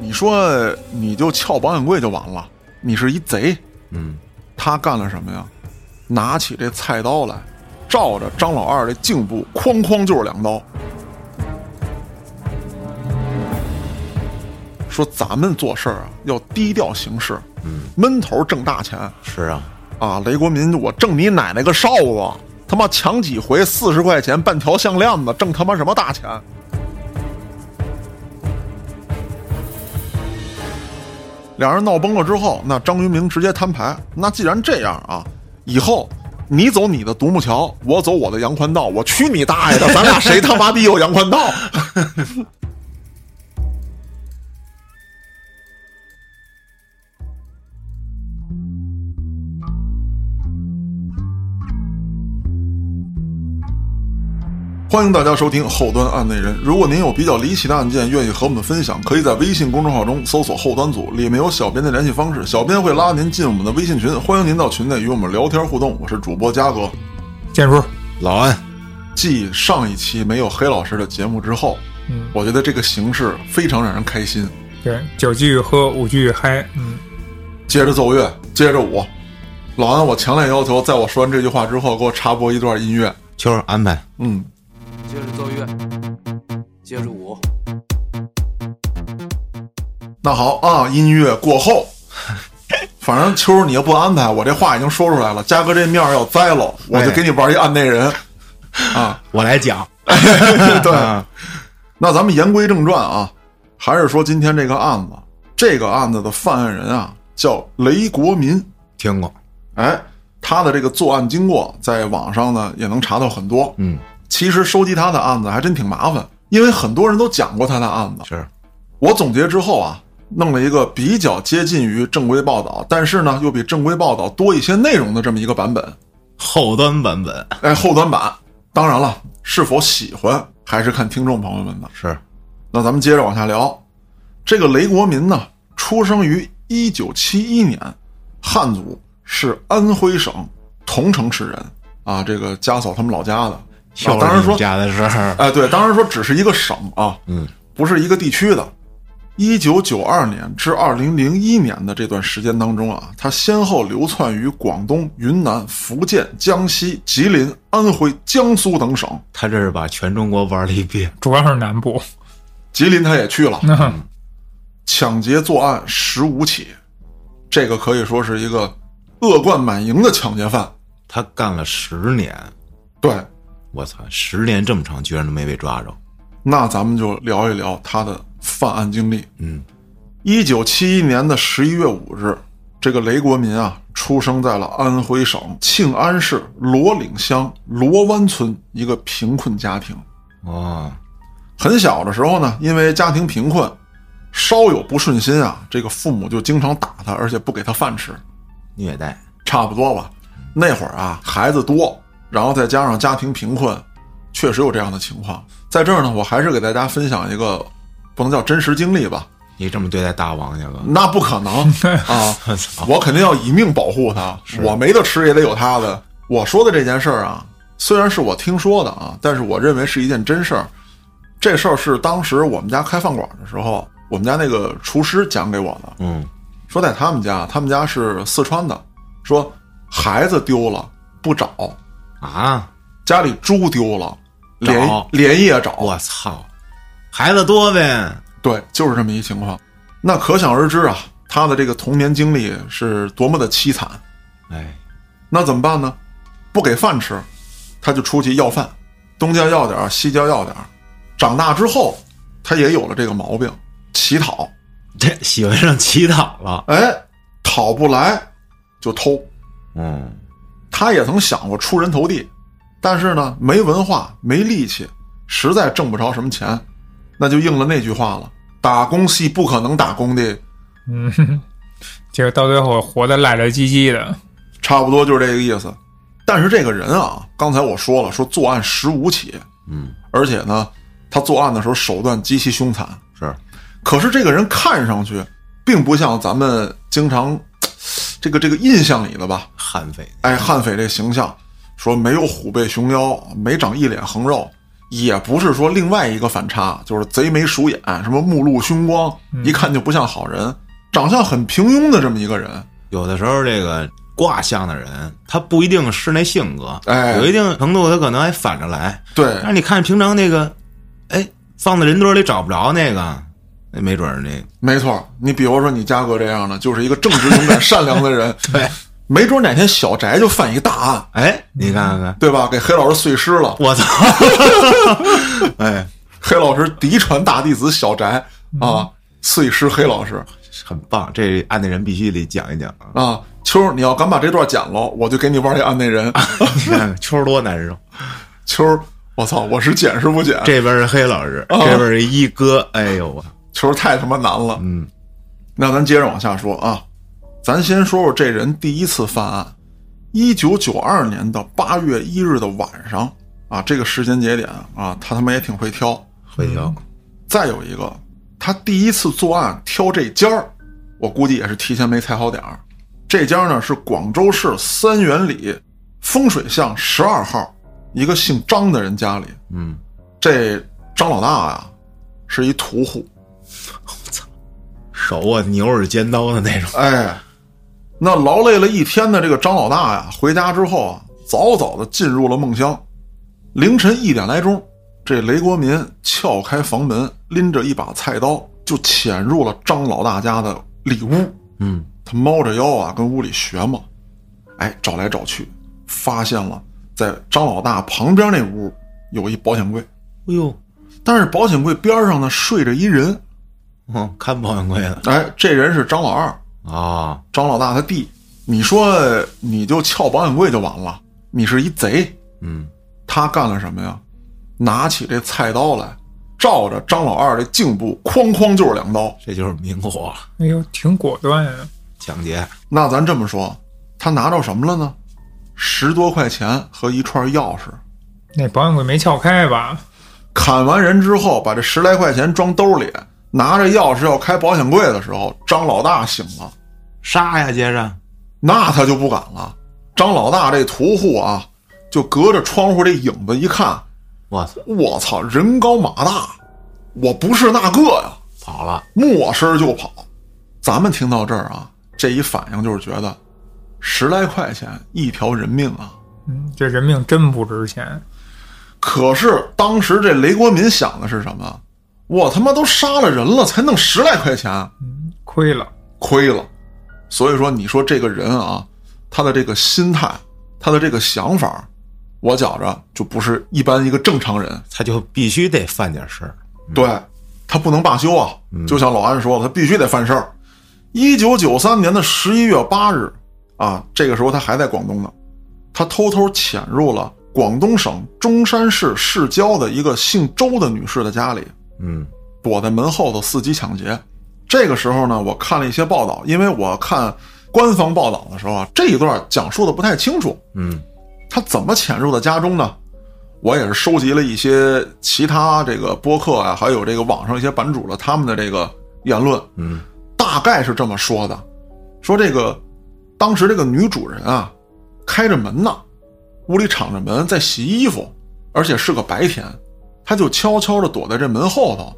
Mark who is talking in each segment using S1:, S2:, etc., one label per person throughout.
S1: 你说你就撬保险柜就完了，你是一贼。
S2: 嗯，
S1: 他干了什么呀？拿起这菜刀来，照着张老二这颈部哐哐就是两刀。说咱们做事儿啊，要低调行事，嗯，闷头挣大钱
S2: 是啊，
S1: 啊！雷国民，我挣你奶奶个哨子！他妈抢几回四十块钱半条项链子，挣他妈什么大钱？俩人闹崩了之后，那张云明直接摊牌。那既然这样啊，以后你走你的独木桥，我走我的洋宽道，我去你大爷的！咱俩谁他妈逼有洋宽道？欢迎大家收听《后端案内人》。如果您有比较离奇的案件，愿意和我们分享，可以在微信公众号中搜索“后端组”，里面有小编的联系方式，小编会拉您进我们的微信群，欢迎您到群内与我们聊天互动。我是主播嘉哥。
S3: 建叔，
S2: 老安，
S1: 继上一期没有黑老师的节目之后，
S3: 嗯
S1: 我觉得这个形式非常让人开心。
S3: 对，酒继续喝，舞继续嗨，嗯，
S1: 接着奏乐，接着舞。老安，我强烈要求，在我说完这句话之后，给我插播一段音乐。
S2: 秋儿安排，
S1: 嗯，
S4: 接着奏乐，接着舞。
S1: 那好啊，音乐过后， 反正秋儿你要不安排，我这话已经说出来了，嘉哥这面儿要栽了，我就给你玩一案内人、啊。
S2: 我来讲。
S1: 对，啊那咱们言归正传啊，还是说今天这个案子，这个案子的犯案人啊叫雷国民，
S2: 听过，
S1: 哎，他的这个作案经过在网上呢也能查到很多。
S2: 嗯，
S1: 其实收集他的案子还真挺麻烦，因为很多人都讲过他的案子，
S2: 是，
S1: 我总结之后啊，弄了一个比较接近于正规报道，但是呢又比正规报道多一些内容的这么一个版本，
S2: 后端版本
S1: 哎，后端版。当然了，是否喜欢还是看听众朋友们的。
S2: 是，
S1: 那咱们接着往下聊，这个雷国民呢，出生于一九七一年，汉族，是安徽省桐城市人啊，这个家嫂他们老家的。啊、当
S2: 又是
S1: 然
S2: 你们
S1: 说，
S2: 家的事 儿，
S1: 哎，对，当然说只是一个省啊，
S2: 嗯，
S1: 不是一个地区的。一九九二年至二零零一年的这段时间当中啊，他先后流窜于广东、云南、福建、江西、吉林、安徽、江苏等省。
S2: 他这是把全中国玩了一遍，
S3: 主要是南部，
S1: 吉林他也去了，
S3: 那
S1: 抢劫作案十五起，这个可以说是一个恶贯满盈的抢劫犯。
S2: 他干了十年，
S1: 对，
S2: 我操，十年这么长，居然都没被抓着，
S1: 那咱们就聊一聊他的犯案经历。
S2: 嗯，
S1: 一九七一年的十一月五日，这个雷国民啊，出生在了安徽省庆安市罗岭乡罗湾村一个贫困家庭。
S2: 哦，
S1: 很小的时候呢，因为家庭贫困，稍有不顺心啊，这个父母就经常打他，而且不给他饭吃，
S2: 虐待，
S1: 差不多吧。那会儿啊，孩子多，然后再加上家庭贫困，确实有这样的情况。在这儿呢，我还是给大家分享一个，不能叫真实经历吧，
S2: 你这么对待大王去了，
S1: 那不可能啊！
S2: 我操，
S1: 我肯定要以命保护他，我没得吃也得有他的。我说的这件事儿啊，虽然是我听说的啊，但是我认为是一件真事儿。这事儿是当时我们家开饭馆的时候，我们家那个厨师讲给我的，
S2: 嗯，
S1: 说在他们家，他们家是四川的，说孩子丢了不找，
S2: 啊，
S1: 家里猪丢了，连
S2: 找
S1: 连夜找，
S2: 我操，孩子多呗，
S1: 对，就是这么一情况。那可想而知啊，他的这个童年经历是多么的凄惨。
S2: 哎，
S1: 那怎么办呢？不给饭吃，他就出去要饭，东家要点儿，西家要点儿。长大之后，他也有了这个毛病，乞讨。
S2: 这喜欢上乞讨了，
S1: 哎，讨不来就偷。
S2: 嗯，
S1: 他也曾想过出人头地，但是呢，没文化，没力气，实在挣不着什么钱，那就应了那句话了：打工是不可能打工的，
S3: 嗯， 结果到最后活得赖赖唧唧的，
S1: 差不多就是这个意思。但是这个人啊，刚才我说了，说作案十五起，
S2: 嗯，
S1: 而且呢，他作案的时候手段极其凶残。
S2: 是，
S1: 可是这个人看上去，并不像咱们经常这个这个印象里的吧？
S2: 悍匪，
S1: 哎，悍匪这形象，说没有虎背熊腰，没长一脸横肉，也不是说另外一个反差，就是贼眉鼠眼，什么目露凶光，一看就不像好人，长相很平庸的这么一个人。
S2: 有的时候这个卦象的人，他不一定是那性格，
S1: 哎
S2: 有一定程度他可能还反着来。
S1: 对
S2: 但是你看平常那个，哎，放在人堆里找不着那个，那没准儿那
S1: 没错，你比如说你嘉哥这样的，就是一个正直、勇敢、善良的人，
S2: 对，
S1: 没准哪天小宅就犯一个大案，
S2: 哎，你看看，
S1: 对吧？给黑老师碎尸了，
S2: 我操，哎，
S1: 黑老师嫡传大弟子小宅啊，碎尸黑老师
S2: 很棒，这案内人必须得讲一讲 啊。
S1: 啊。秋儿，你要敢把这段剪了，我就给你玩这案内人。
S2: 你看秋儿多难受，
S1: 啊秋儿，我操，我是剪是不剪？
S2: 这边是黑老师，
S1: 哦嗯
S2: 这边是一哥，哎呦我，
S1: 球太他妈难了。
S2: 嗯，
S1: 那咱接着往下说啊，咱先说说这人第一次犯案，一九九二年的八月一日的晚上啊，这个时间节点啊，他他妈也挺会挑。
S2: 会挑，
S1: 再有一个，他第一次作案挑这家儿，我估计也是提前没踩好点儿。这家呢是广州市三元里风水巷十二号一个姓张的人家里。
S2: 嗯，
S1: 这张老大啊，是一屠户，
S2: 手啊牛耳尖刀的那种，
S1: 哎，那劳累了一天的这个张老大呀，回家之后啊，早早的进入了梦乡。凌晨一点来钟，这雷国民撬开房门，拎着一把菜刀就潜入了张老大家的里屋。
S2: 嗯，
S1: 他猫着腰啊，跟屋里学嘛，哎，找来找去，发现了在张老大旁边那屋有一保险柜，
S2: 哎呦，
S1: 但是保险柜边上呢睡着一人，
S2: 嗯，看保险柜的
S1: 哎，这人是张老二，
S2: 啊，
S1: 张老大他弟，你说你就撬保险柜就完了，你是一贼，
S2: 嗯，
S1: 他干了什么呀？拿起这菜刀来，照着张老二这颈部哐哐就是两刀。
S2: 这就是明火
S3: 哎呦，挺果断啊呀、
S2: 抢劫，
S1: 那咱这么说，他拿着什么了呢？十多块钱和一串钥匙。
S3: 那保险柜没撬开吧？
S1: 砍完人之后，把这十来块钱装兜里，拿着钥匙要开保险柜的时候，张老大醒了。
S2: 杀呀，接着，
S1: 那他就不敢了。张老大这屠户啊，就隔着窗户这影子一看，
S2: 我操，
S1: 我操，人高马大，我不是那个呀，
S2: 跑了，
S1: 没身就跑。咱们听到这儿啊，这一反应就是觉得，十来块钱一条人命啊。
S3: 嗯，这人命真不值钱。
S1: 可是当时这雷国民想的是什么？我他妈都杀了人了，才弄十来块钱，
S3: 嗯，亏了。
S1: 亏了。所以说，你说这个人啊，他的这个心态，他的这个想法，我觉着就不是一般一个正常人。
S2: 他就必须得犯点事儿，
S1: 对他不能罢休啊，就像老安说的，他必须得犯事儿。一九九三年的十一月八日，啊，这个时候他还在广东呢，他偷偷潜入了广东省中山市市郊的一个姓周的女士的家里，
S2: 嗯，
S1: 躲在门后头伺机抢劫。这个时候呢，我看了一些报道，因为我看官方报道的时候啊，这一段讲述的不太清楚，
S2: 嗯，
S1: 他怎么潜入的家中呢？我也是收集了一些其他这个播客啊，还有这个网上一些版主了他们的这个言论，
S2: 嗯，
S1: 大概是这么说的：说这个当时这个女主人啊，开着门呢，屋里敞着门在洗衣服，而且是个白天，她就悄悄地躲在这门后头。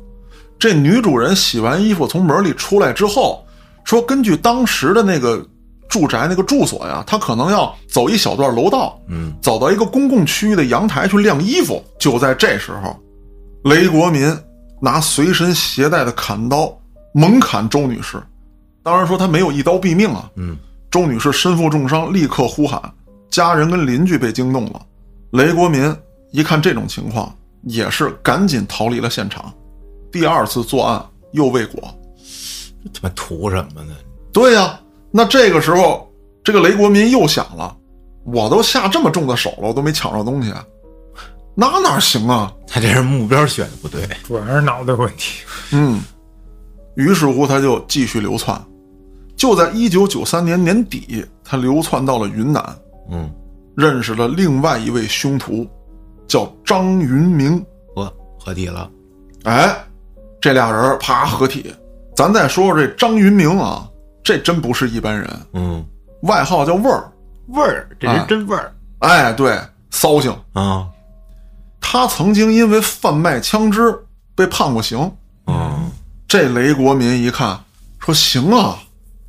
S1: 这女主人洗完衣服从门里出来之后，说根据当时的那个住宅那个住所呀，她可能要走一小段楼道，
S2: 嗯，
S1: 走到一个公共区域的阳台去晾衣服。就在这时候，雷国民拿随身携带的砍刀猛砍周女士。当然说他没有一刀毙命啊，
S2: 嗯，
S1: 周女士身负重伤，立刻呼喊，家人跟邻居被惊动了。雷国民一看这种情况，也是赶紧逃离了现场。第二次作案又未果，
S2: 这他妈图什么呢？
S1: 对呀、那这个时候，这个雷国民又想了，我都下这么重的手了，我都没抢着东西，啊那哪行啊？
S2: 他这是目标选的不对，
S3: 主要是脑袋有问题。
S1: 嗯，于是乎他就继续流窜，就在一九九三年年底，他流窜到了云南，
S2: 嗯，
S1: 认识了另外一位凶徒，叫张云明。
S2: 合合体了，
S1: 哎，这俩人啪合体。咱再说说这张云明啊，这真不是一般人，
S2: 嗯，
S1: 外号叫味儿。
S2: 味儿，这
S1: 哎
S2: 人真味儿
S1: 哎，对，骚性。
S2: 啊，
S1: 他曾经因为贩卖枪支被判过刑。
S2: 嗯，
S1: 这雷国民一看，说行啊，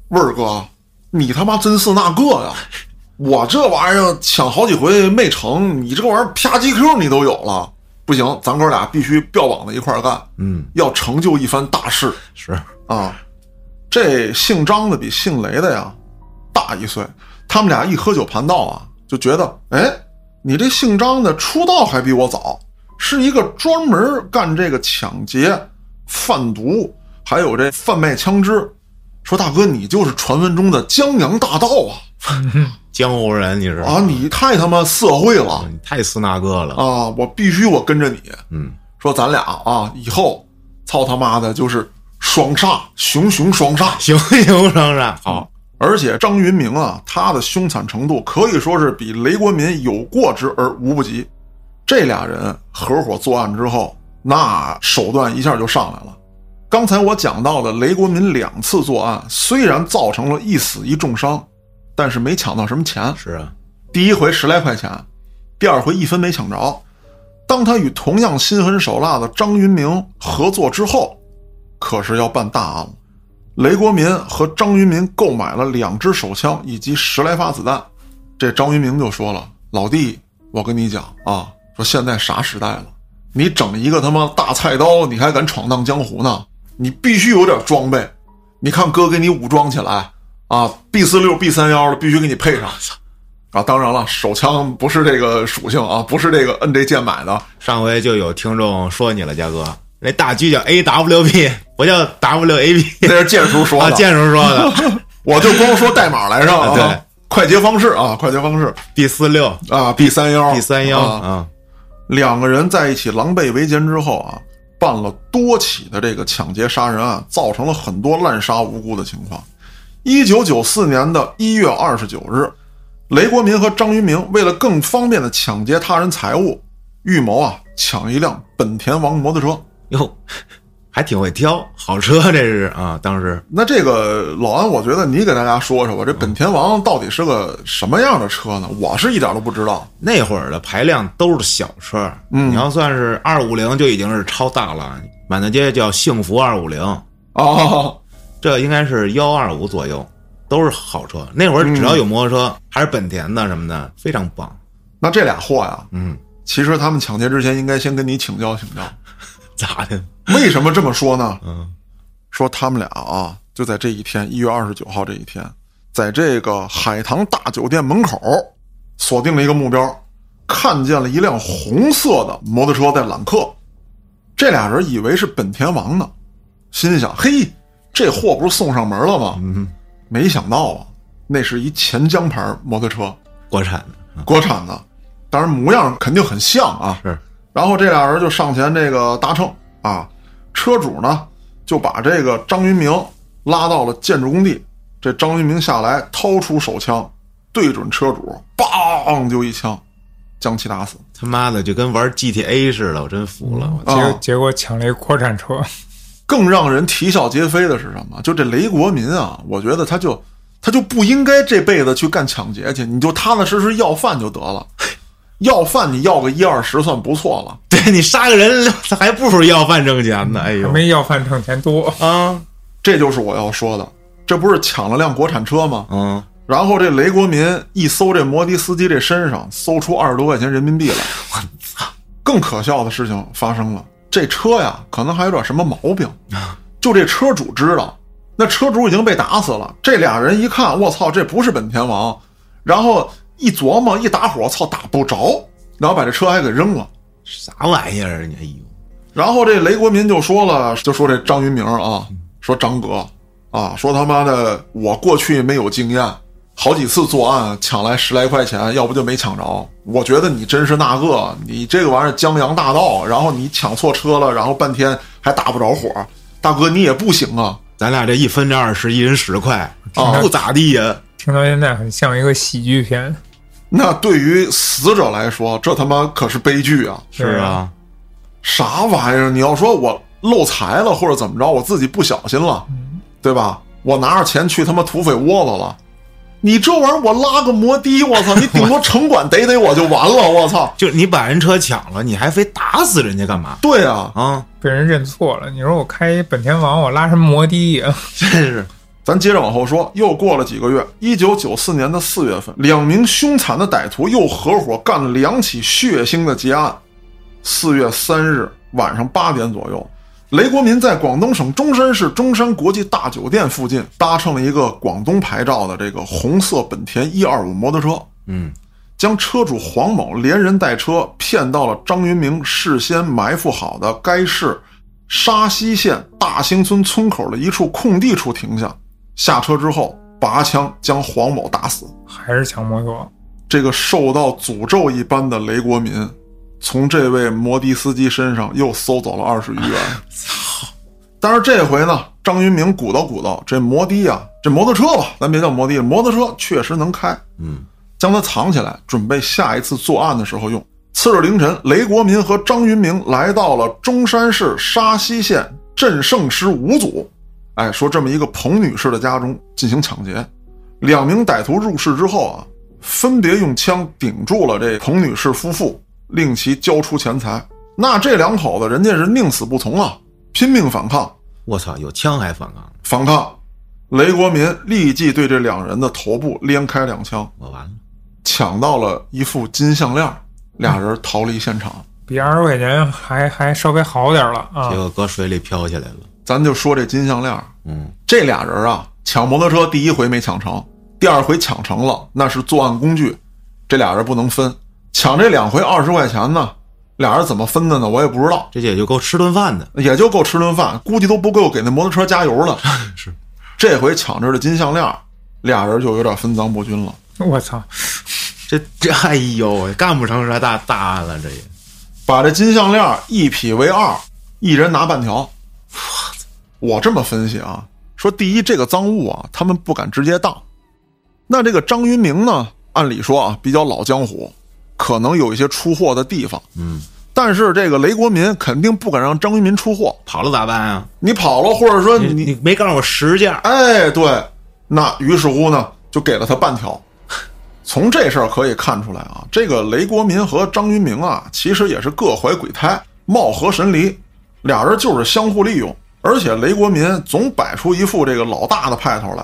S1: 味儿哥，你他妈真是那个呀、我这玩意儿抢好几回没成，你这玩意儿啪 GQ 你都有了，不行，咱哥俩必须标榜在一块儿干，
S2: 嗯，
S1: 要成就一番大事
S2: 是，
S1: 啊！这姓张的比姓雷的呀大一岁，他们俩一喝酒盘道啊，就觉得，哎，你这姓张的出道还比我早，是一个专门干这个抢劫、贩毒，还有这贩卖枪支。说大哥，你就是传闻中的江洋大盗啊！
S2: 江湖人你是
S1: 啊，你太他妈社会了
S2: 哦你太斯那个了，
S1: 啊！
S2: 哦
S1: 我必须我跟着你。
S2: 嗯，
S1: 说咱俩啊，以后操他妈的就是双煞，熊熊双煞。
S2: 行行上上好，
S1: 而且张云明啊，他的凶残程度可以说是比雷国民有过之而无不及。这俩人合伙作案之后，那手段一下就上来了。刚才我讲到的雷国民两次作案，虽然造成了一死一重伤，但是没抢到什么钱。
S2: 是啊，
S1: 第一回十来块钱，第二回一分没抢着。当他与同样心狠手辣的张云明合作之后，可是要办大案了。雷国民和张云明购买了两支手枪以及十来发子弹。这张云明就说了：“老弟，我跟你讲啊，说现在啥时代了，你整一个他妈大菜刀，你还敢闯荡江湖呢？你必须有点装备。你看哥给你武装起来啊，B 四六、B 三幺的必须给你配上。”啊，当然了，手枪不是这个属性啊，不是这个摁这键买的，
S2: 上回就有听众说你了，嘉哥，那大狙叫 AWP，不叫 WAP，
S1: 那是剑叔说
S2: 啊，
S1: 的。
S2: 建叔 说的
S1: 我就光说代码来上啊，
S2: 啊对
S1: 快捷方式啊，快捷方式
S2: D 四六、
S1: 啊，B 三幺
S2: D 三幺
S1: 啊，
S2: 啊，
S1: 两个人在一起狼狈为奸之后啊，办了多起的这个抢劫杀人案，造成了很多滥杀无辜的情况。一九九四年的一月二十九日，雷国民和张云明为了更方便的抢劫他人财物，预谋啊抢一辆本田王摩托车。
S2: 哟，还挺会挑，好车这是啊，当时
S1: 那这个老安，我觉得你给大家说说吧，这本田王到底是个什么样的车呢？我是一点都不知道。
S2: 那会儿的排量都是小车，
S1: 嗯
S2: 你要算是二五零就已经是超大了，满大街叫幸福二五零，
S1: 哦，
S2: 这应该是幺二五左右，都是好车。那会儿只要有摩托车，还是本田的什么的，非常棒。
S1: 那这俩货呀，
S2: 嗯，
S1: 其实他们抢劫之前应该先跟你请教请教，
S2: 咋的？
S1: 为什么这么说呢？
S2: 嗯，
S1: 说他们俩啊，就在这一天，一月二十九号这一天，在这个海棠大酒店门口锁定了一个目标，看见了一辆红色的摩托车在揽客。这俩人以为是本田王呢，心里想：嘿，这货不是送上门了吗？
S2: 嗯，
S1: 没想到啊，那是一钱江牌摩托车，
S2: 国产的，嗯
S1: 国产的，当然模样肯定很像啊。
S2: 是
S1: 然后这俩人就上前这个搭乘啊，车主呢就把这个张云明拉到了建筑工地。这张云明下来，掏出手枪，对准车主，梆就一枪，将其打死。
S2: 他妈的就跟玩 GTA 似的，我真服了。我
S1: 啊
S2: 操
S3: 结果结果抢了一国产车，
S1: 更让人啼笑皆非的是什么？就这雷国民啊，我觉得他就他就不应该这辈子去干抢劫去，你就踏踏实实要饭就得了。 要饭你要个一二十算不错了。
S2: 对你杀个人，他还不如要饭挣钱呢。哎呦，
S3: 没要饭挣钱多。
S2: 啊，
S1: 这就是我要说的。这不是抢了辆国产车吗？
S2: 嗯，
S1: 然后这雷国民一搜这摩的司机这身上，搜出二十多块钱人民币来。我操！更可笑的事情发生了，这车呀可能还有点什么毛 病，就这车主知道，那车主已经被打死了。这俩人一看，我操，这不是本田王，然后一琢磨一打火，操，打不着，然后把这车还给扔了。
S2: 啥玩意儿？你哎呦，
S1: 然后这雷国民就说了，就说这张云明啊，说张哥啊，说他妈的我过去没有经验，好几次作案抢来十来块钱，要不就没抢着。我觉得你真是那个，你这个玩意儿江洋大盗，然后你抢错车了，然后半天还打不着火，大哥你也不行啊。
S2: 咱俩这一分这二十，一人十块，
S1: 啊
S2: 不咋地呀。
S3: 听到现在很像一个喜剧片，
S1: 那对于死者来说，这他妈可是悲剧啊！
S2: 是
S3: 对
S2: 啊，
S1: 啥玩意儿？你要说我漏财了或者怎么着，我自己不小心了，对吧？我拿着钱去他妈土匪窝子了，你这玩意儿我拉个摩的，我操，你顶多城管逮逮我就完了，我操。
S2: 就你把人车抢了，你还非打死人家干嘛
S1: 对啊，
S2: 啊？
S3: 被人认错了。你说我开一本田王，我拉什么摩的呀？
S2: 真是
S1: 咱接着往后说，又过了几个月，一九九四年的四月份，两名凶残的歹徒又合伙干了两起血腥的劫案。四月三日晚上八点左右，雷国民在广东省中山市中山国际大酒店附近搭乘了一个广东牌照的这个红色本田一二五摩托车，
S2: 嗯，
S1: 将车主黄某连人带车骗到了张云明事先埋伏好的该市沙溪县大兴村村口的一处空地处停下。下车之后，拔枪将黄某打死。
S3: 还是抢摩托？
S1: 这个受到诅咒一般的雷国民，从这位摩的司机身上又搜走了二十余元。操！但是这回呢，张云明鼓捣鼓捣，这摩的啊，这摩托车吧，咱别叫摩的了，摩托车确实能开。
S2: 嗯，
S1: 将它藏起来，准备下一次作案的时候用。次日凌晨，雷国民和张云明来到了中山市沙溪县镇圣师五组，哎，说这么一个彭女士的家中进行抢劫。两名歹徒入室之后啊，分别用枪顶住了这彭女士夫妇，令其交出钱财。那这两口子人家是宁死不从啊，拼命反抗，
S2: 我操，有枪还反抗，
S1: 反抗。雷国民立即对这两人的头部连开两枪，
S2: 我完了，
S1: 抢到了一副金项链，俩人逃离现场。
S3: 比二十块钱还还稍微好点了啊
S2: 结！果搁水里飘起来了。
S1: 咱就说这金项链，
S2: 嗯，
S1: 这俩人啊，抢摩托车第一回没抢成，第二回抢成了，那是作案工具，这俩人不能分。抢这两回二十块钱呢，俩人怎么分的呢？我也不知道，
S2: 这也就够吃顿饭的。
S1: 也就够吃顿饭，估计都不够给那摩托车加油了。
S2: 是，
S1: 这回抢着这金项链，俩人就有点分赃不均了。
S3: 我操，
S2: 这这，哎呦，干不成啥大大案了，这也。
S1: 把这金项链一劈为二，一人拿半条。我这么分析啊，说第一，这个赃物啊，他们不敢直接当。那这个张云明呢，按理说啊，比较老江湖，可能有一些出货的地方。
S2: 嗯，
S1: 但是这个雷国民肯定不敢让张云民出货，
S2: 跑了咋办啊？
S1: 你跑了，或者说
S2: 你
S1: 你，
S2: 你没告诉我十件儿，
S1: 哎，对，那于是乎呢，就给了他半条。从这事儿可以看出来啊，这个雷国民和张云明啊，其实也是各怀鬼胎，貌合神离，俩人就是相互利用。而且雷国民总摆出一副这个老大的派头来，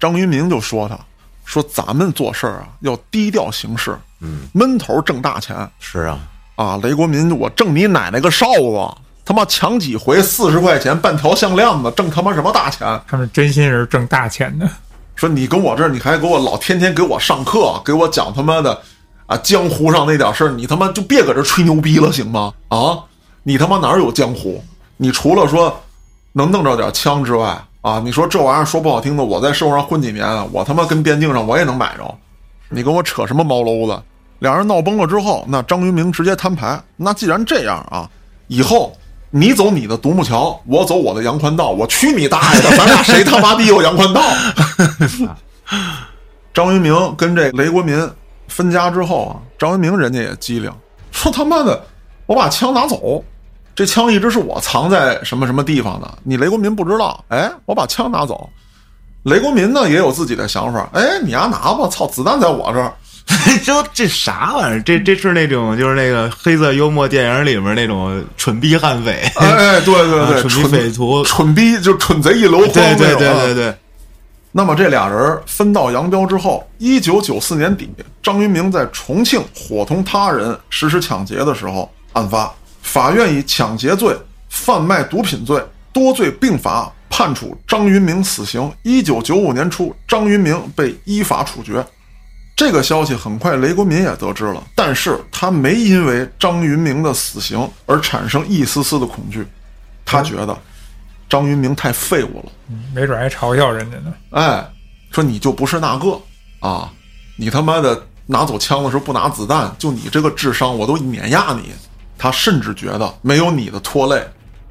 S1: 张云明就说他，说咱们做事儿啊要低调行事，嗯，闷头挣大钱
S2: 是 啊，
S1: 啊。雷国民，我挣你奶奶个哨子！他妈抢几回四十块钱半条项链子，挣他妈什么大钱？
S3: 他们真心是挣大钱的，
S1: 说你跟我这儿，你还给我老天天给我上课，给我讲他妈的啊江湖上那点事儿，你他妈就别搁这吹牛逼了，行吗？啊，你他妈哪儿有江湖？啊你除了说能弄着点枪之外，啊，你说这玩意儿说不好听的，我在社会上混几年，我他妈跟边境上我也能买着，你跟我扯什么毛篓子？两人闹崩了之后，那张云明直接摊牌。那既然这样啊，以后你走你的独木桥，我走我的洋宽道，我去你大爷的！咱俩谁他妈逼有洋宽道？张云明跟这雷国民分家之后啊，张云明人家也机灵， 说他妈的，我把枪拿走，这枪一直是我藏在什么什么地方的，你雷国民不知道，哎，我把枪拿走。雷国民呢也有自己的想法，哎，你丫拿吧，操，子弹在我这儿，
S2: 这这啥玩意儿？这这是那种就是那个黑色幽默电影里面那种蠢逼悍 匪，
S1: 哎，哎对对对，
S2: 啊蠢逼
S1: 蠢
S2: 匪徒
S1: 蠢逼就蠢贼一箩 筐，
S2: 对对
S1: 那种啊
S2: 对对对，
S1: 那么这俩人分道扬镳之后，一九九四年底，张云明在重庆伙同他人实施抢劫的时候案发，法院以抢劫罪、贩卖毒品罪多罪并罚，判处张云明死刑。一九九五年初，张云明被依法处决。这个消息很快雷国民也得知了，但是他没因为张云明的死刑而产生一丝丝的恐惧，他觉得张云明太废物了。
S3: 没准还嘲笑人家呢。
S1: 哎，说你就不是那个啊，你他妈的拿走枪的时候不拿子弹，就你这个智商，我都碾压你。他甚至觉得没有你的拖累，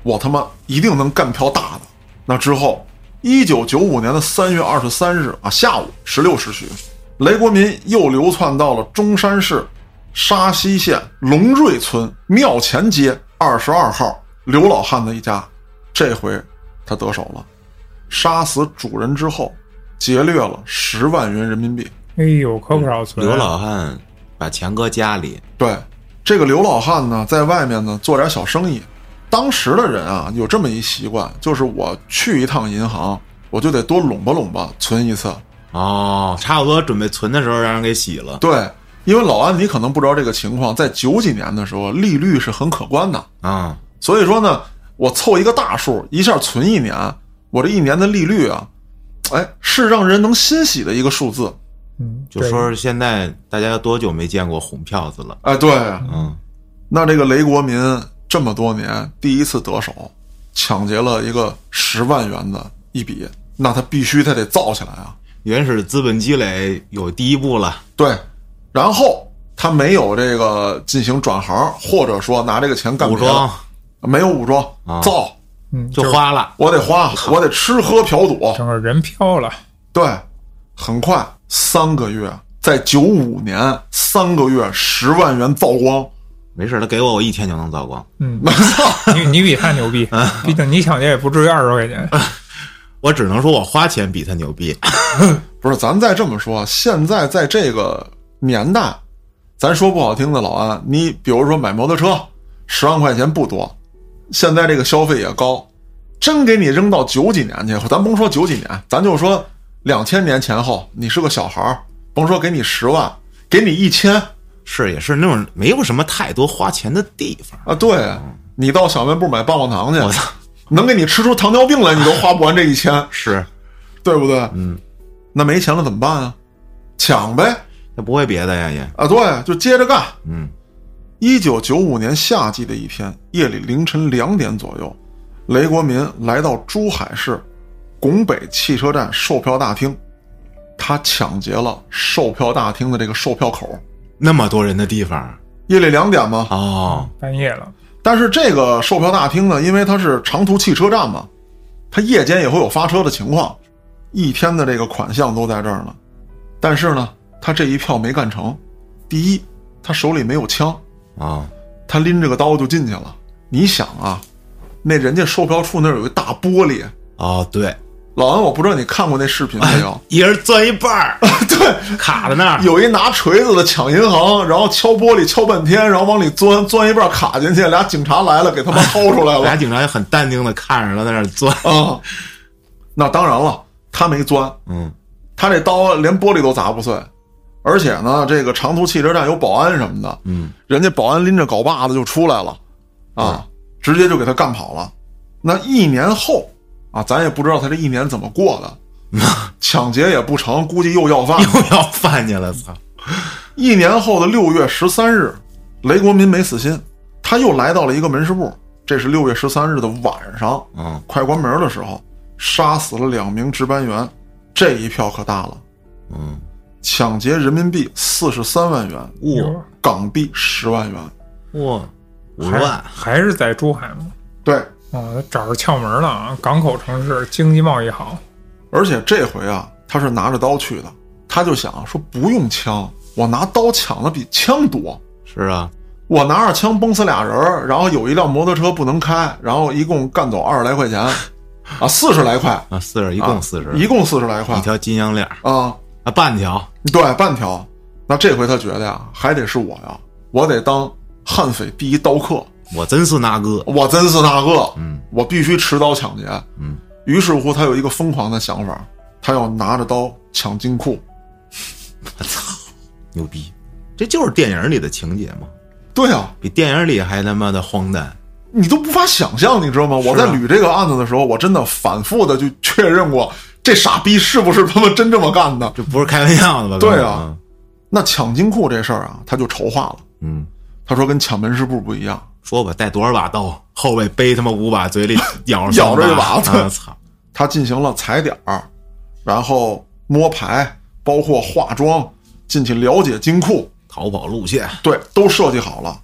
S1: 我他妈一定能干票大的。那之后，一九九五年的三月二十三日啊下午十六时许，雷国民又流窜到了中山市沙溪县龙瑞村庙前街二十二号刘老汉的一家，这回他得手了。杀死主人之后，劫掠了十万元人民币。
S3: 哎呦，可不少存。啊
S2: 刘老汉把钱搁家里，
S1: 对，这个刘老汉呢，在外面呢做点小生意。当时的人啊，有这么一习惯，就是我去一趟银行，我就得多拢吧拢吧存一次。
S2: 哦，差不多准备存的时候让人给洗了
S1: 对，因为老安你可能不知道这个情况，在九几年的时候，利率是很可观的，
S2: 啊、
S1: 所以说呢，我凑一个大数，一下存一年，我这一年的利率啊，哎，是让人能欣喜的一个数字。
S3: 嗯，
S2: 就
S3: 对
S2: 说现在大家多久没见过红票子了？
S1: 哎，对，
S2: 嗯，
S1: 那这个雷国民这么多年第一次得手，抢劫了一个十万元的一笔，那他必须他得造起来啊。
S2: 原始资本积累有第一步了，
S1: 对，然后他没有这个进行转行，或者说拿这个钱干
S2: 武
S1: 别的
S2: 装
S1: 没有武装，
S2: 啊
S1: 造，
S3: 嗯，
S2: 就是花了，
S1: 我得花，我得吃喝嫖赌。
S3: 整个人飘了。
S1: 对，很快三个月，在九五年三个月十万元造光，
S2: 没事，他给我我一天就能造光。
S3: 嗯，
S1: 没错。
S3: 你你比他牛逼，
S2: 啊
S3: 毕竟你抢劫也不至于二十块钱。
S2: 我只能说我花钱比他牛 逼，
S1: 不是，咱再这么说，啊现在在这个年代，咱说不好听的，老安，你比如说买摩托车，十万块钱不多，现在这个消费也高，真给你扔到九几年去，咱甭说九几年，咱就说两千年前后，你是个小孩儿，甭说给你十万，给你一千
S2: 是也是那种没有什么太多花钱的地方。
S1: 啊，对你到小卖部买棒棒糖
S2: 我
S1: 去，
S2: 操，
S1: 能给你吃出糖尿病来，你都花不完这一千，
S2: 是
S1: 对不对？
S2: 嗯，
S1: 那没钱了怎么办啊？抢呗，
S2: 他不会别的呀也，
S1: 啊，对，就接着干。
S2: 嗯，
S1: 一九九五年夏季的一天夜里凌晨两点左右，雷国民来到珠海市拱北汽车站售票大厅，他抢劫了售票大厅的这个售票口。
S2: 那么多人的地方
S1: 夜里两点嘛，
S2: 哦，
S3: 半夜了，
S1: 但是这个售票大厅呢，因为它是长途汽车站嘛，它夜间也会有发车的情况，一天的这个款项都在这儿呢。但是呢，他这一票没干成。第一，他手里没有枪，
S2: 啊、
S1: 他拎着个刀就进去了。你想啊，那人家售票处那儿有一大玻璃，
S2: 哦，对，
S1: 老安，我不知道你看过那视频没有？
S2: 一人钻一半 儿，
S1: 对，
S2: 卡在那儿，
S1: 有一拿锤子的抢银行，然后敲玻璃敲半天，然后往里钻，钻一半卡进去，俩警察来了，给他妈掏出来了
S2: 俩警察也很淡定的看着他在那 儿钻，
S1: 啊！那当然了，他没钻，
S2: 嗯，
S1: 他这刀连玻璃都砸不碎，而且呢，这个长途汽车站有保安什么的，
S2: 嗯，
S1: 人家保安拎着镐把子就出来了，啊，直接就给他干跑了。那一年后啊，咱也不知道他这一年怎么过的，抢劫也不成，估计又要饭。
S2: 嗯又要饭去了，操，
S1: 一年后的六月十三日，雷国民没死心，他又来到了一个门市部，这是六月十三日的晚上，
S2: 嗯，
S1: 快关门的时候，杀死了两名值班员，这一票可大了。
S2: 嗯，
S1: 抢劫人民币四十三万元，
S2: 哇
S1: 港币十万元。
S2: 哇，五十
S3: 还
S2: 万，
S3: 还是在珠海吗？
S1: 对，
S3: 哦，找着窍门了啊！港口城市经济贸易好，
S1: 而且这回啊，他是拿着刀去的，他就想说不用枪，我拿刀抢的比枪多。
S2: 是啊，
S1: 我拿着枪崩死俩人儿，然后有一辆摩托车不能开，然后一共干走二十来块钱， 啊，四十来块，
S2: 啊，四十，一
S1: 一
S2: 共四十、
S1: 一共四十来块
S2: 一条金项链儿
S1: 啊，
S2: 啊，半条，
S1: 对，半条。那这回他觉得呀，还得是我呀，我得当悍匪第一刀客。
S2: 我真是那哥，
S1: 我真是大个，
S2: 嗯，
S1: 我必须持刀抢劫，
S2: 嗯。
S1: 于是乎，他有一个疯狂的想法，他要拿着刀抢金库。
S2: 牛逼，这就是电影里的情节嘛，
S1: 对啊，
S2: 比电影里还他妈的荒诞，
S1: 你都无法想象，你知道吗？我在捋这个案子的时候，我真的反复的去确认过，这傻逼是不是他妈真这么干的？
S2: 这不是开玩笑的吧？
S1: 对啊
S2: 哥们，
S1: 那抢金库这事儿啊，他就筹划了。
S2: 嗯，
S1: 他说跟抢门市部不一样，
S2: 说吧，带多少把刀，后背背他妈五把， 嘴里咬着
S1: 咬着一把
S2: 把，
S1: 对
S2: 啊操，
S1: 他进行了踩点儿，然后摸排，包括化妆，进去了解金库，
S2: 逃跑路线，
S1: 对，都设计好了。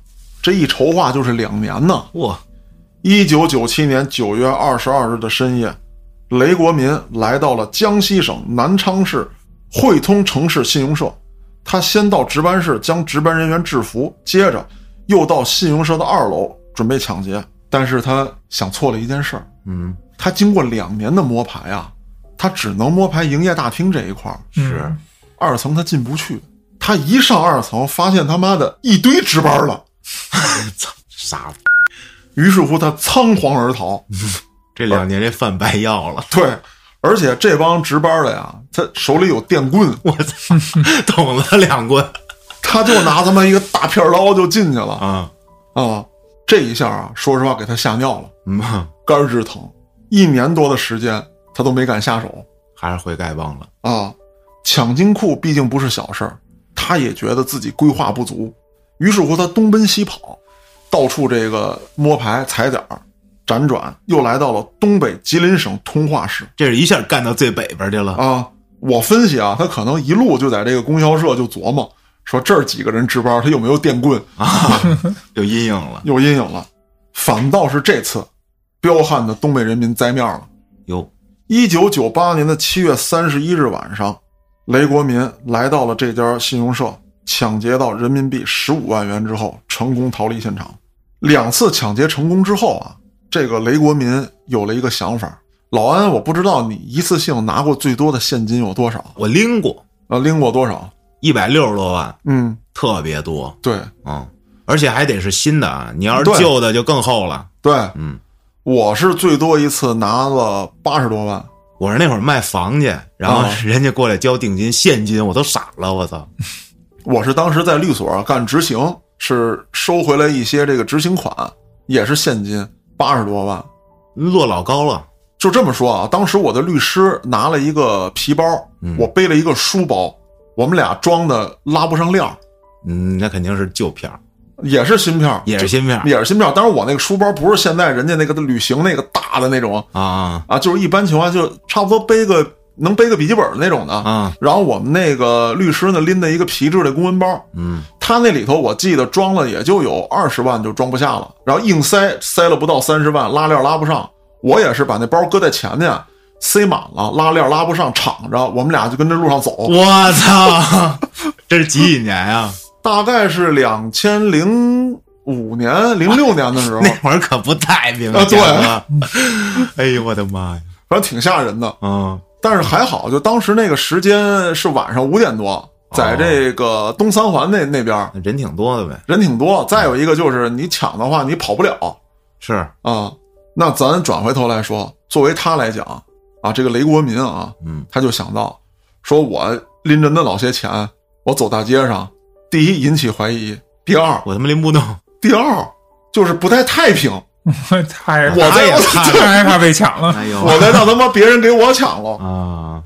S1: 这一筹划就是两年呢。
S2: 哇，
S1: 一九九七年九月二十二日的深夜，雷国民来到了江西省南昌市汇通城市信用社。他先到值班室将值班人员制服，接着又到信用社的二楼准备抢劫。但是他想错了一件事儿，
S2: 嗯，
S1: 他经过两年的摸排啊，他只能摸排营业大厅这一块儿，
S2: 是
S1: 二层他进不去。他一上二层，发现他妈的一堆值班了，
S2: 傻逼，
S1: 于是乎他仓皇而逃。
S2: 这两年这饭白要了，
S1: 对，而且这帮值班的呀，他手里有电棍，
S2: 我操，捅了两棍
S1: 他就拿他妈一个大片刀就进去了
S2: 啊，
S1: 啊！这一下啊，说实话给他吓尿了，
S2: 嗯，
S1: 肝儿直疼。一年多的时间，他都没敢下手
S2: 还是回丐帮了，
S1: 啊！抢金库毕竟不是小事儿，他也觉得自己规划不足，于是乎他东奔西跑，到处这个摸排踩点儿，辗转又来到了东北吉林省通化市
S2: 这是一下干到最北边去了，
S1: 啊。我分析啊，他可能一路就在这个供销社就琢磨，说这儿几个人值班，他有没有电棍？
S2: 有阴影了，
S1: 有阴影了。反倒是这次，彪悍的东北人民栽面了。
S2: 哟，
S1: 一九九八年的七月三十一日晚上，雷国民来到了这家信用社，抢劫到人民币十五万元之后，成功逃离现场。两次抢劫成功之后啊，这个雷国民有了一个想法：老安，我不知道你一次性拿过最多的现金有多少，
S2: 我拎过
S1: 呃，拎过多少？
S2: 一百六十多万，
S1: 嗯，
S2: 特别多，
S1: 对
S2: 嗯，而且还得是新的啊，你要是
S1: 对
S2: 旧的就更厚了，
S1: 对，
S2: 嗯，
S1: 我是最多一次拿了八十多万，
S2: 我是那会儿卖房去，然后
S1: 啊
S2: 人家过来交定金现金，我都傻了，我操，
S1: 我是当时在律所干执行，是收回来一些这个执行款，也是现金八十多万。
S2: 落老高了，
S1: 就这么说啊，当时我的律师拿了一个皮包，
S2: 嗯
S1: 我背了一个书包，我们俩装的拉不上链儿，
S2: 嗯，那肯定是旧片儿，
S1: 也是芯片儿，
S2: 也是新片儿
S1: 也是芯片儿。当然我那个书包不是现在人家那个旅行那个大的那种
S2: 啊
S1: 啊，就是一般情况下就差不多背个能背个笔记本那种的。
S2: 啊，
S1: 然后我们那个律师呢拎的一个皮质的公文包，
S2: 嗯，
S1: 他那里头我记得装了也就有二十万，就装不下了，然后硬塞塞了不到三十万，拉链拉不上。我也是把那包搁在前面，塞满了，拉链拉不上，敞着，我们俩就跟着路上走。
S2: 我操， 这是几几年啊？
S1: 大概是两千零五年、零六年的时候，
S2: 那会儿可不太平
S1: 啊对
S2: 了，哎呦我的妈呀！
S1: 反正挺吓人的。
S2: 嗯，
S1: 但是还好，就当时那个时间是晚上五点多，在这个东三环那那边儿
S2: 那人挺多的呗。
S1: 人挺多。再有一个就是你抢的话，你跑不了。
S2: 是，
S1: 啊，那咱转回头来说，作为他来讲啊，这个雷国民啊，
S2: 嗯，
S1: 他就想到说，我拎着那老些钱，我走大街上，第一引起怀疑，第二，
S2: 我他妈拎不动，
S1: 第二就是不太太平，
S3: 我太
S1: 我
S2: 他
S1: 在
S2: 也看
S3: 太
S2: 了，
S3: 害怕被抢了。
S2: 哎呦
S1: 我再让他妈别人给我抢了。
S2: 啊，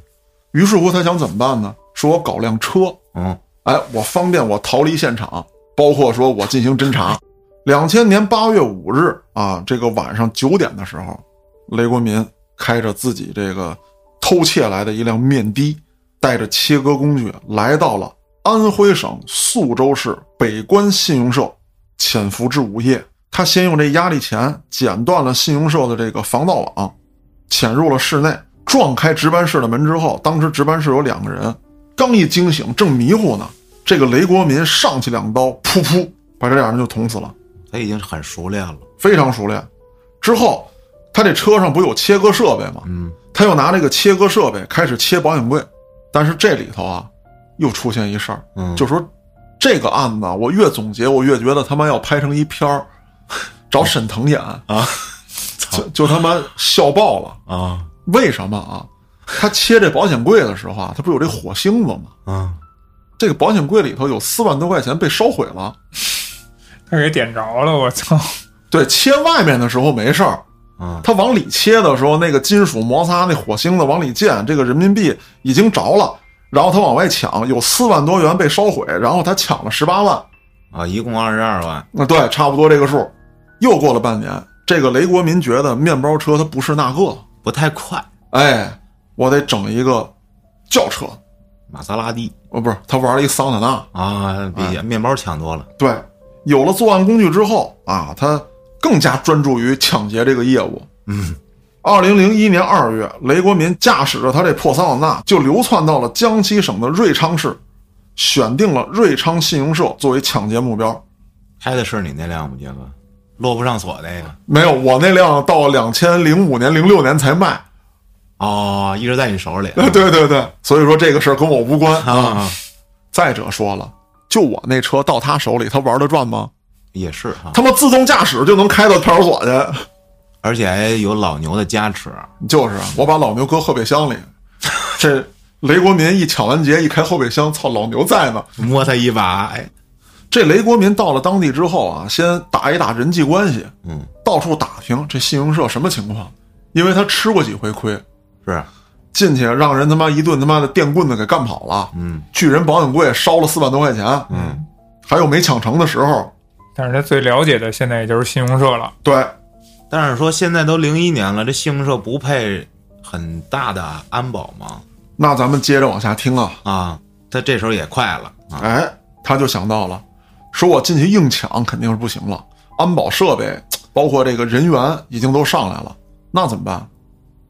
S1: 于是乎，他想怎么办呢？说我搞辆车，
S2: 嗯，
S1: 哎，我方便我逃离现场，包括说我进行侦查。两千年八月五日啊，这个晚上九点的时候，雷国民开着自己这个偷窃来的一辆面的，带着切割工具来到了安徽省宿州市北关信用社，潜伏至午夜。他先用这压力钳剪断了信用社的这个防盗网，潜入了室内，撞开值班室的门之后，当时值班室有两个人，刚一惊醒，正迷糊呢，这个雷国民上去两刀，噗噗，把这俩人就捅死了，
S2: 他已经很熟练了，
S1: 非常熟练。之后，他这车上不有切割设备吗？
S2: 嗯，
S1: 他又拿这个切割设备开始切保险柜，但是这里头啊，又出现一事儿，
S2: 嗯
S1: 就说这个案子啊，我越总结，我越觉得他妈要拍成一片儿， 找沈腾演啊，就就他妈笑爆了。
S2: 啊
S1: 为什么啊？他切这保险柜的时候啊，他不有这火星子吗？
S2: 啊，
S1: 这个保险柜里头有四万多块钱被烧毁了。
S3: 他给点着了，我操！
S1: 对，切外面的时候没事儿，
S2: 啊
S1: 他往里切的时候，那个金属摩擦那火星子往里溅，这个人民币已经着了，然后他往外抢，有四万多元被烧毁，然后他抢了十八万，
S2: 啊，一共二十二万，
S1: 那对，差不多这个数。又过了半年，这个雷国民觉得面包车它不是那个，
S2: 不太快，
S1: 哎，我得整一个轿车，
S2: 玛莎拉蒂
S1: 哦，不是，他玩了一桑塔纳，
S2: 啊，比面包强多了，
S1: 对，有了作案工具之后啊，他更加专注于抢劫这个业务。
S2: 嗯，
S1: 二零零一年二月，雷国民驾驶着他这破桑塔纳，就流窜到了江西省的瑞昌市，选定了瑞昌信用社作为抢劫目标。
S2: 开的是你那辆吗？杰哥，落不上锁那个，
S1: 没有，我那辆到两千零五年、零六年才卖，
S2: 哦，一直在你手里
S1: 对对对，所以说这个事儿跟我无关。
S2: 啊，
S1: 再者说了，就我那车到他手里，他玩得转吗？
S2: 也是啊，
S1: 他妈自动驾驶就能开到派出所去，
S2: 而且还有老牛的加持，
S1: 就是啊我把老牛搁后备箱里， 这雷国民一抢完劫一开后备箱，操，老牛在呢。
S2: 摸他一把，哎，
S1: 这雷国民到了当地之后啊，先打一打人际关系，
S2: 嗯，
S1: 到处打听这信用社什么情况，因为他吃过几回亏，
S2: 是，
S1: 进去让人他妈一顿他妈的电棍子给干跑了，
S2: 嗯
S1: 去人保险柜烧了四万多块钱，
S2: 嗯，
S1: 还有没抢成的时候，
S3: 但是他最了解的现在也就是信用社了，
S1: 对，
S2: 但是说现在都零一年了，这信用社不配很大的安保吗？
S1: 那咱们接着往下听啊，
S2: 啊，他这时候也快了啊，
S1: 哎，他就想到了，说我进去硬抢肯定是不行了，安保设备包括这个人员已经都上来了，那怎么办？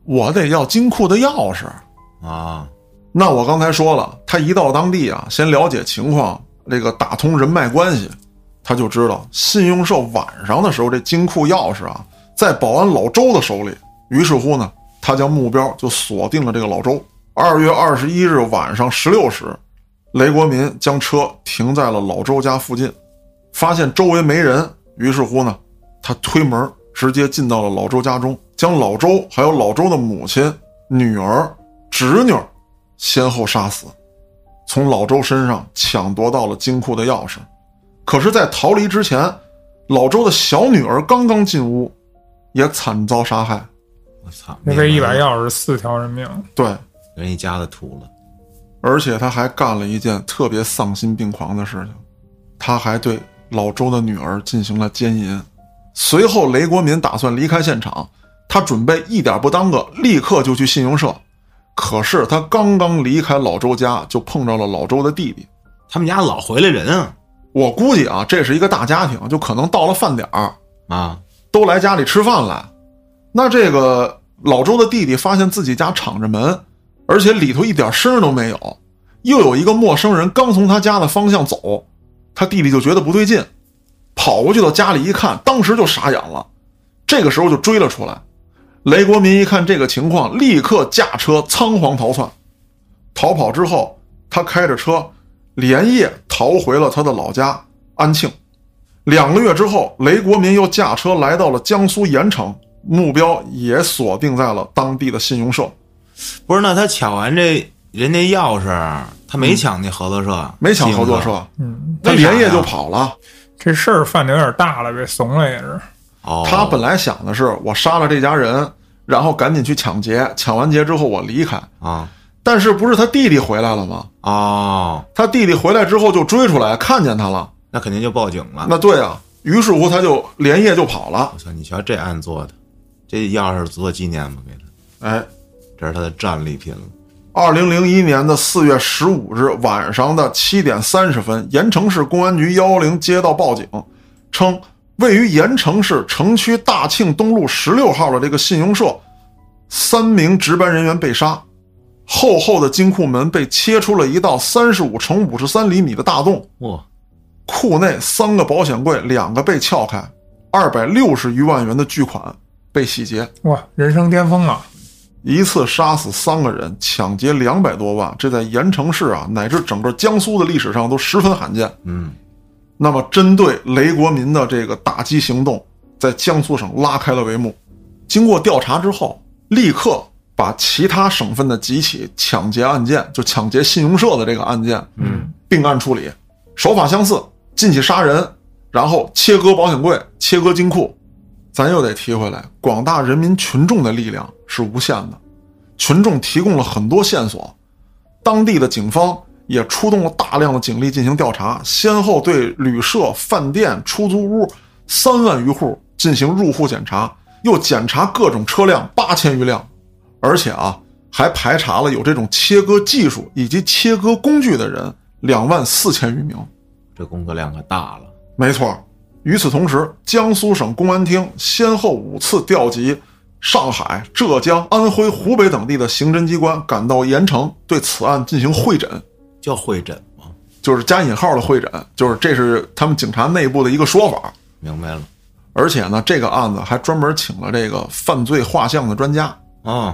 S1: 我得要金库的钥匙。
S2: 啊，
S1: 那我刚才说了，他一到当地啊，先了解情况，这个打通人脉关系，他就知道信用社晚上的时候这金库钥匙啊，在保安老周的手里。于是乎呢，他将目标就锁定了这个老周。二月二十一日晚上十六时，雷国民将车停在了老周家附近，发现周围没人，于是乎呢，他推门直接进到了老周家中，将老周还有老周的母亲、女儿、侄女先后杀死，从老周身上抢夺到了金库的钥匙。可是，在逃离之前，老周的小女儿刚刚进屋，也惨遭杀害。
S2: 我操，
S3: 那这一把
S2: 把
S3: 钥匙四条人命，
S1: 对，
S2: 人一家子秃了，
S1: 而且他还干了一件特别丧心病狂的事情，他还对老周的女儿进行了奸淫。随后，雷国民打算离开现场，他准备一点不耽搁，立刻就去信用社。可是他刚刚离开老周家，就碰着了老周的弟弟。
S2: 他们家老回来人啊，
S1: 我估计啊，这是一个大家庭，就可能到了饭点儿，
S2: 啊，
S1: 都来家里吃饭来。那这个老周的弟弟发现自己家敞着门，而且里头一点声儿都没有，又有一个陌生人刚从他家的方向走，他弟弟就觉得不对劲，跑过去到家里一看，当时就傻眼了。这个时候就追了出来。雷国民一看这个情况，立刻驾车仓皇逃窜。逃跑之后，他开着车连夜逃回了他的老家安庆。两个月之后，雷国民又驾车来到了江苏盐城，目标也锁定在了当地的信用社。
S2: 不是，那他抢完这人家钥匙，他没抢那合作社，
S1: 没抢合作
S2: 信用
S1: 社，
S3: 嗯，
S1: 他
S2: 为啥呀
S1: 连夜就啊跑了。
S3: 这事儿犯的有点大了呗，怂了也是。
S2: 哦，
S1: 他本来想的是，我杀了这家人，然后赶紧去抢劫，抢完劫之后我离开。
S2: 啊
S1: 但是不是他弟弟回来了吗？
S2: 哦，
S1: 他弟弟回来之后就追出来，看见他了。
S2: 那肯定就报警了。
S1: 那对啊，于是乎他就连夜就跑了
S2: 我。操，你瞧这案做的，这钥匙足够纪念吗？给他，
S1: 哎，
S2: 这是他的战利品了。
S1: 二零零一年的四月十五日晚上的七点三十分，盐城市公安局幺幺零接到报警，称位于盐城市城区大庆东路十六号的这个信用社，三名值班人员被杀，厚厚的金库门被切出了一道三十五乘五十三厘米的大洞，
S2: 哇，
S1: 库内三个保险柜两个被撬开，二百六十余万元的巨款被洗劫。
S3: 哇，人生巅峰啊！
S1: 一次杀死三个人，抢劫两百多万，这在盐城市啊，乃至整个江苏的历史上都十分罕见。
S2: 嗯，
S1: 那么，针对雷国民的这个打击行动，在江苏省拉开了帷幕。经过调查之后，立刻把其他省份的几起抢劫案件，就抢劫信用社的这个案件，
S3: 嗯，
S1: 并案处理，手法相似，进去杀人，然后切割保险柜，切割金库。咱又得提回来，广大人民群众的力量是无限的，群众提供了很多线索，当地的警方也出动了大量的警力进行调查，先后对旅社、饭店、出租屋三万余户进行入户检查，又检查各种车辆八千余辆，而且啊，还排查了有这种切割技术以及切割工具的人两万四千余名。
S2: 这工作量可大了。
S1: 没错。与此同时，江苏省公安厅先后五次调集上海、浙江、安徽、湖北等地的刑侦机关赶到盐城，对此案进行会诊，
S2: 叫会诊吗？
S1: 就是加引号的会诊，就是这是他们警察内部的一个说法。
S2: 明白了。
S1: 而且呢，这个案子还专门请了这个犯罪画像的专家，
S2: 哦，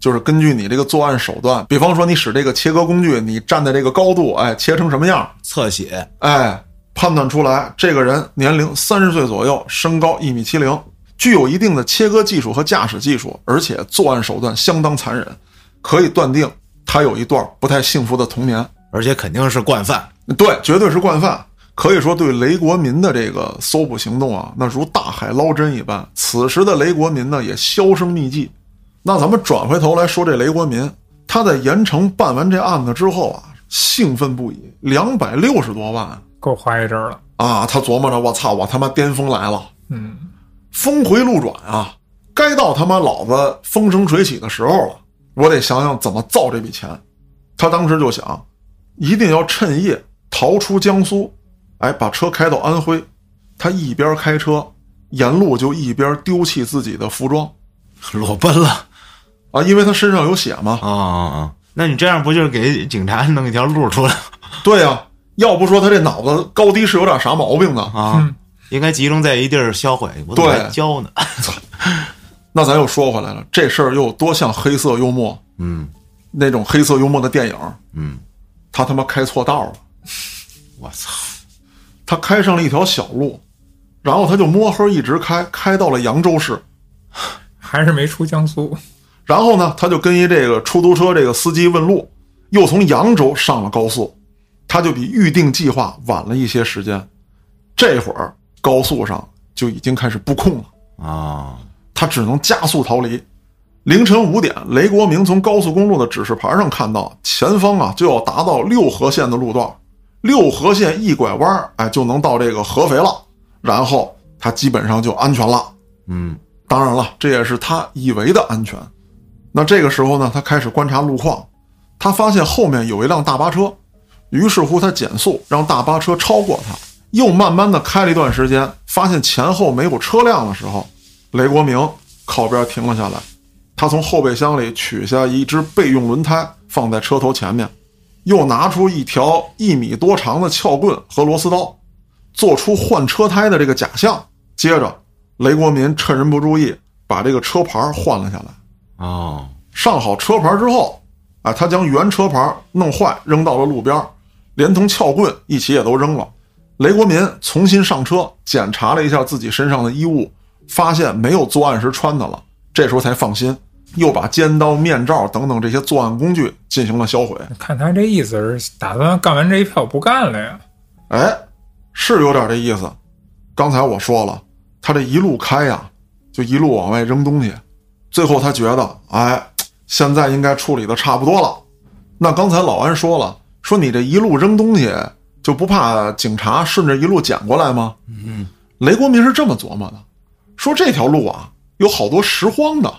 S1: 就是根据你这个作案手段，比方说你使这个切割工具，你站的这个高度，哎，切成什么样，
S2: 侧写，
S1: 哎，判断出来这个人年龄三十岁左右，身高一米七零，具有一定的切割技术和驾驶技术，而且作案手段相当残忍，可以断定他有一段不太幸福的童年。
S2: 而且肯定是惯犯。
S1: 对，绝对是惯犯。可以说，对雷国民的这个搜捕行动啊，那如大海捞针一般。此时的雷国民呢，也销声匿迹。那咱们转回头来说，这雷国民，他在盐城办完这案子之后啊，兴奋不已，两百六十多万
S3: 够花一阵儿了。
S1: 啊！他琢磨着，我操，我他妈巅峰来了，
S3: 嗯，
S1: 峰回路转啊，该到他妈老子风生水起的时候了，我得想想怎么造这笔钱。他当时就想，一定要趁夜逃出江苏，哎，把车开到安徽。他一边开车，沿路就一边丢弃自己的服装
S2: 裸奔了
S1: 啊，因为他身上有血嘛。
S2: 啊啊啊！那你这样不就是给警察弄一条路出来
S1: 对呀、要不说他这脑子高低是有点啥毛病呢？
S2: 啊？应该集中在一地儿销毁，我怎么
S1: 对
S2: 还教 呢？
S1: 那咱又说回来了，这事儿又多像黑色幽默
S2: 嗯
S1: 那种黑色幽默的电影，
S2: 嗯，
S1: 他他妈开错道了。
S2: 我操！
S1: 他开上了一条小路，然后他就摸黑一直开，开到了扬州市。
S3: 还是没出江苏。
S1: 然后呢，他就跟一这个出租车这个司机问路，又从扬州上了高速，他就比预定计划晚了一些时间。这会儿高速上就已经开始布控了，
S2: 啊，
S1: 他只能加速逃离。凌晨五点，雷国明从高速公路的指示牌上看到，前方啊就要达到六合县的路段，六合县一拐弯，哎，就能到这个合肥了。然后他基本上就安全了。
S2: 嗯
S1: 当然了，这也是他以为的安全。那这个时候呢，他开始观察路况，他发现后面有一辆大巴车，于是乎他减速，让大巴车超过他。又慢慢的开了一段时间，发现前后没有车辆的时候，雷国明靠边停了下来。他从后备箱里取下一只备用轮胎，放在车头前面，又拿出一条一米多长的撬棍和螺丝刀，做出换车胎的这个假象。接着，雷国民趁人不注意，把这个车牌换了下来。
S2: 哦，
S1: 上好车牌之后，啊，他将原车牌弄坏，啊扔到了路边儿，连同撬棍一起也都扔了。雷国民重新上车，检查了一下自己身上的衣物，发现没有作案时穿的了，这时候才放心，又把尖刀、面罩等等这些作案工具进行了销毁。
S3: 看他这意思是打算干完这一票不干了呀？嗯
S1: 哎，是有点这意思。刚才我说了，他这一路开呀，就一路往外扔东西，最后他觉得，哎，现在应该处理的差不多了。那刚才老安说了，说你这一路扔东西，就不怕警察顺着一路捡过来吗？嗯，雷国民是这么琢磨的，说这条路啊有好多拾荒的，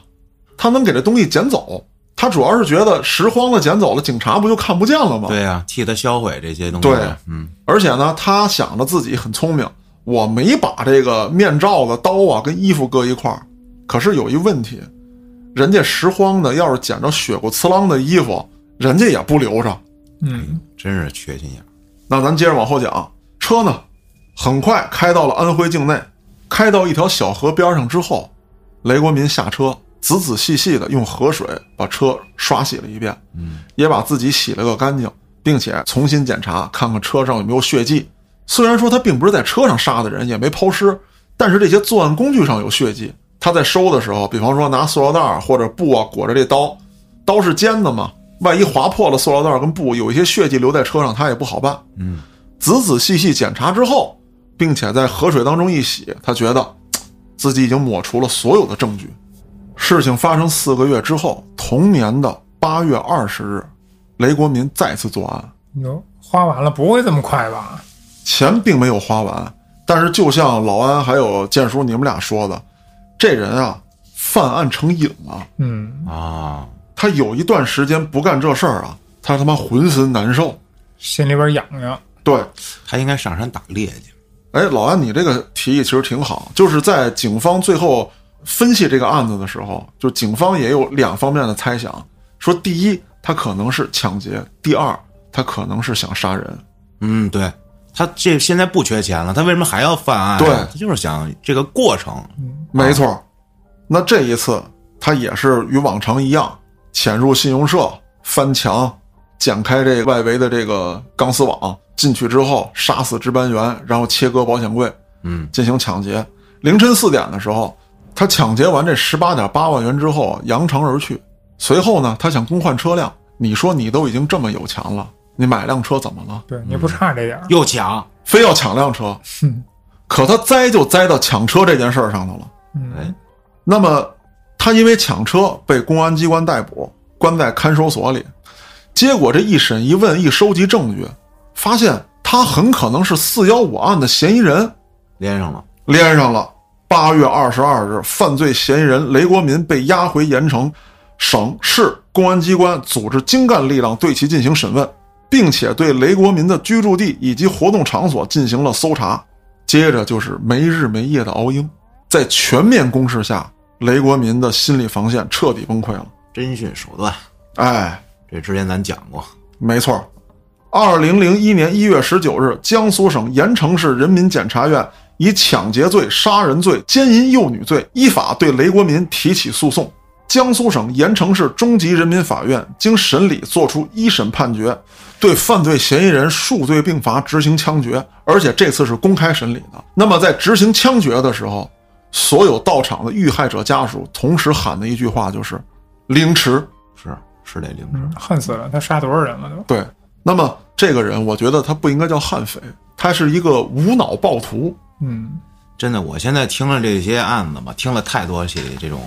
S1: 他能给这东西捡走。他主要是觉得拾荒的捡走了，警察不就看不见了吗？
S2: 对呀、替他销毁这些东西。
S1: 对
S2: 嗯，
S1: 而且呢，他想着自己很聪明，我没把这个面罩子、刀啊跟衣服搁一块儿。可是有一问题，人家拾荒的要是捡着血骨刺啷的衣服，人家也不留着。
S3: 嗯，
S2: 真是缺心眼儿。
S1: 那咱接着往后讲，啊车呢，很快开到了安徽境内，开到一条小河边上之后，雷国民下车，仔仔细细的用河水把车刷洗了一遍，
S2: 嗯，
S1: 也把自己洗了个干净，并且重新检查，看看车上有没有血迹。虽然说他并不是在车上杀的人，也没抛尸，但是这些作案工具上有血迹。他在收的时候，比方说拿塑料袋儿或者布啊裹着这刀，刀是尖的嘛，万一划破了塑料袋儿跟布，有一些血迹留在车上，他也不好办。
S2: 嗯，
S1: 仔仔细细检查之后，并且在河水当中一洗，他觉得嘖自己已经抹除了所有的证据。事情发生四个月之后，同年的八月二十日，雷国民再次作案，
S3: 哟，花完了不会这么快吧？
S1: 钱并没有花完，但是就像老安还有建叔你们俩说的，这人啊，犯案成瘾了。
S3: 嗯，
S2: 啊，
S1: 他有一段时间不干这事儿啊，他他妈浑身难受。
S3: 心里边痒痒。
S1: 对，
S2: 他应该上山打猎去。
S1: 哎，老安，你这个提议其实挺好，就是在警方最后分析这个案子的时候，就警方也有两方面的猜想，说第一，他可能是抢劫；第二，他可能是想杀人。
S2: 嗯，对他这现在不缺钱了，他为什么还要犯案啊？
S1: 对
S2: 他就是想这个过程。
S1: 没错，那这一次他也是与往常一样，潜入信用社，翻墙，剪开这个外围的这个钢丝网，进去之后杀死值班员，然后切割保险柜，
S2: 嗯，
S1: 进行抢劫。凌晨四点的时候，他抢劫完这十八点八万元之后啊，扬长而去。随后呢，他想更换车辆。你说你都已经这么有钱了，你买辆车怎么了？
S3: 对，你不差这点儿。嗯
S4: 又抢，
S1: 非要抢辆车？
S3: 哼
S1: 可他栽就栽到抢车这件事儿上头了。
S2: 哎
S3: 嗯，
S1: 那么，他因为抢车被公安机关逮捕，关在看守所里。结果这一审一问一收集证据，发现他很可能是四幺五案的嫌疑人，
S2: 连上了，
S1: 连上了。八月二十二日，犯罪嫌疑人雷国民被押回盐城，省市公安机关组织精干力量对其进行审问，并且对雷国民的居住地以及活动场所进行了搜查。接着就是没日没夜的熬鹰，在全面攻势下，雷国民的心理防线彻底崩溃了。
S2: 侦讯手段，
S1: 哎，
S2: 这之前咱讲过，
S1: 没错儿，二零零一年一月十九日，江苏省盐城市人民检察院以抢劫罪、杀人罪、奸淫幼女罪依法对雷国民提起诉讼。江苏省盐城市中级人民法院经审理作出一审判决，对犯罪嫌疑人数罪并罚，执行枪决，而且这次是公开审理的。那么在执行枪决的时候，所有到场的遇害者家属同时喊的一句话就是“凌迟”。
S2: 是是得凌
S3: 嗯
S2: 迟，
S3: 恨死了，他杀多少人了都？
S1: 对，那么这个人，我觉得他不应该叫悍匪，他是一个无脑暴徒。
S3: 嗯，
S2: 真的，我现在听了这些案子吧，听了太多起这种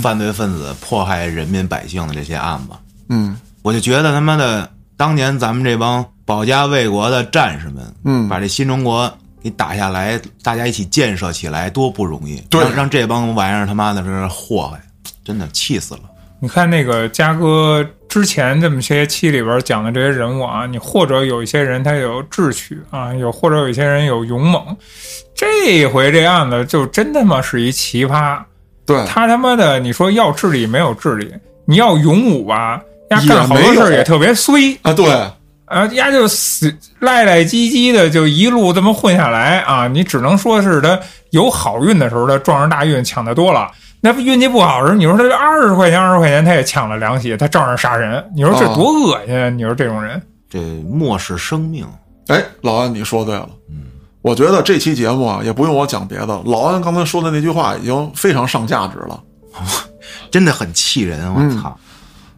S2: 犯罪分子迫害人民百姓的这些案子，
S1: 嗯
S2: 我就觉得他妈的，当年咱们这帮保家卫国的战士们，
S1: 嗯
S2: 把这新中国给打下来，大家一起建设起来，多不容易。
S1: 对
S2: 让让这帮玩意儿他妈的这祸害，真的气死了。
S3: 你看那个嘉哥之前这么些期里边讲的这些人物啊，你或者有一些人他有智取啊，有或者有一些人有勇猛，这回这案子就真他妈是一奇葩。
S1: 对，
S3: 他他妈的，你说要治理没有治理，你要勇武吧，丫干好多
S1: 也
S3: 事
S1: 没有
S3: 儿也特别衰，
S1: 啊，对，
S3: 啊，丫就死赖赖唧唧的，就一路这么混下来啊！你只能说是他有好运的时候，他撞上大运抢的多了。那运气不好的时候，你说他二十块钱二十块钱他也抢了两起，他照样杀人，你说这
S1: 啊
S3: 多恶心啊！你说这种人，
S2: 这漠视生命，
S1: 哎，老安，你说对了。嗯，我觉得这期节目啊，也不用我讲别的，老安刚才说的那句话已经非常上价值了。
S2: 真的很气人。我
S1: 嗯
S2: 操！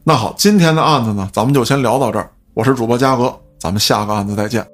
S1: 那好，今天的案子呢，咱们就先聊到这儿。我是主播嘉哥，咱们下个案子再见。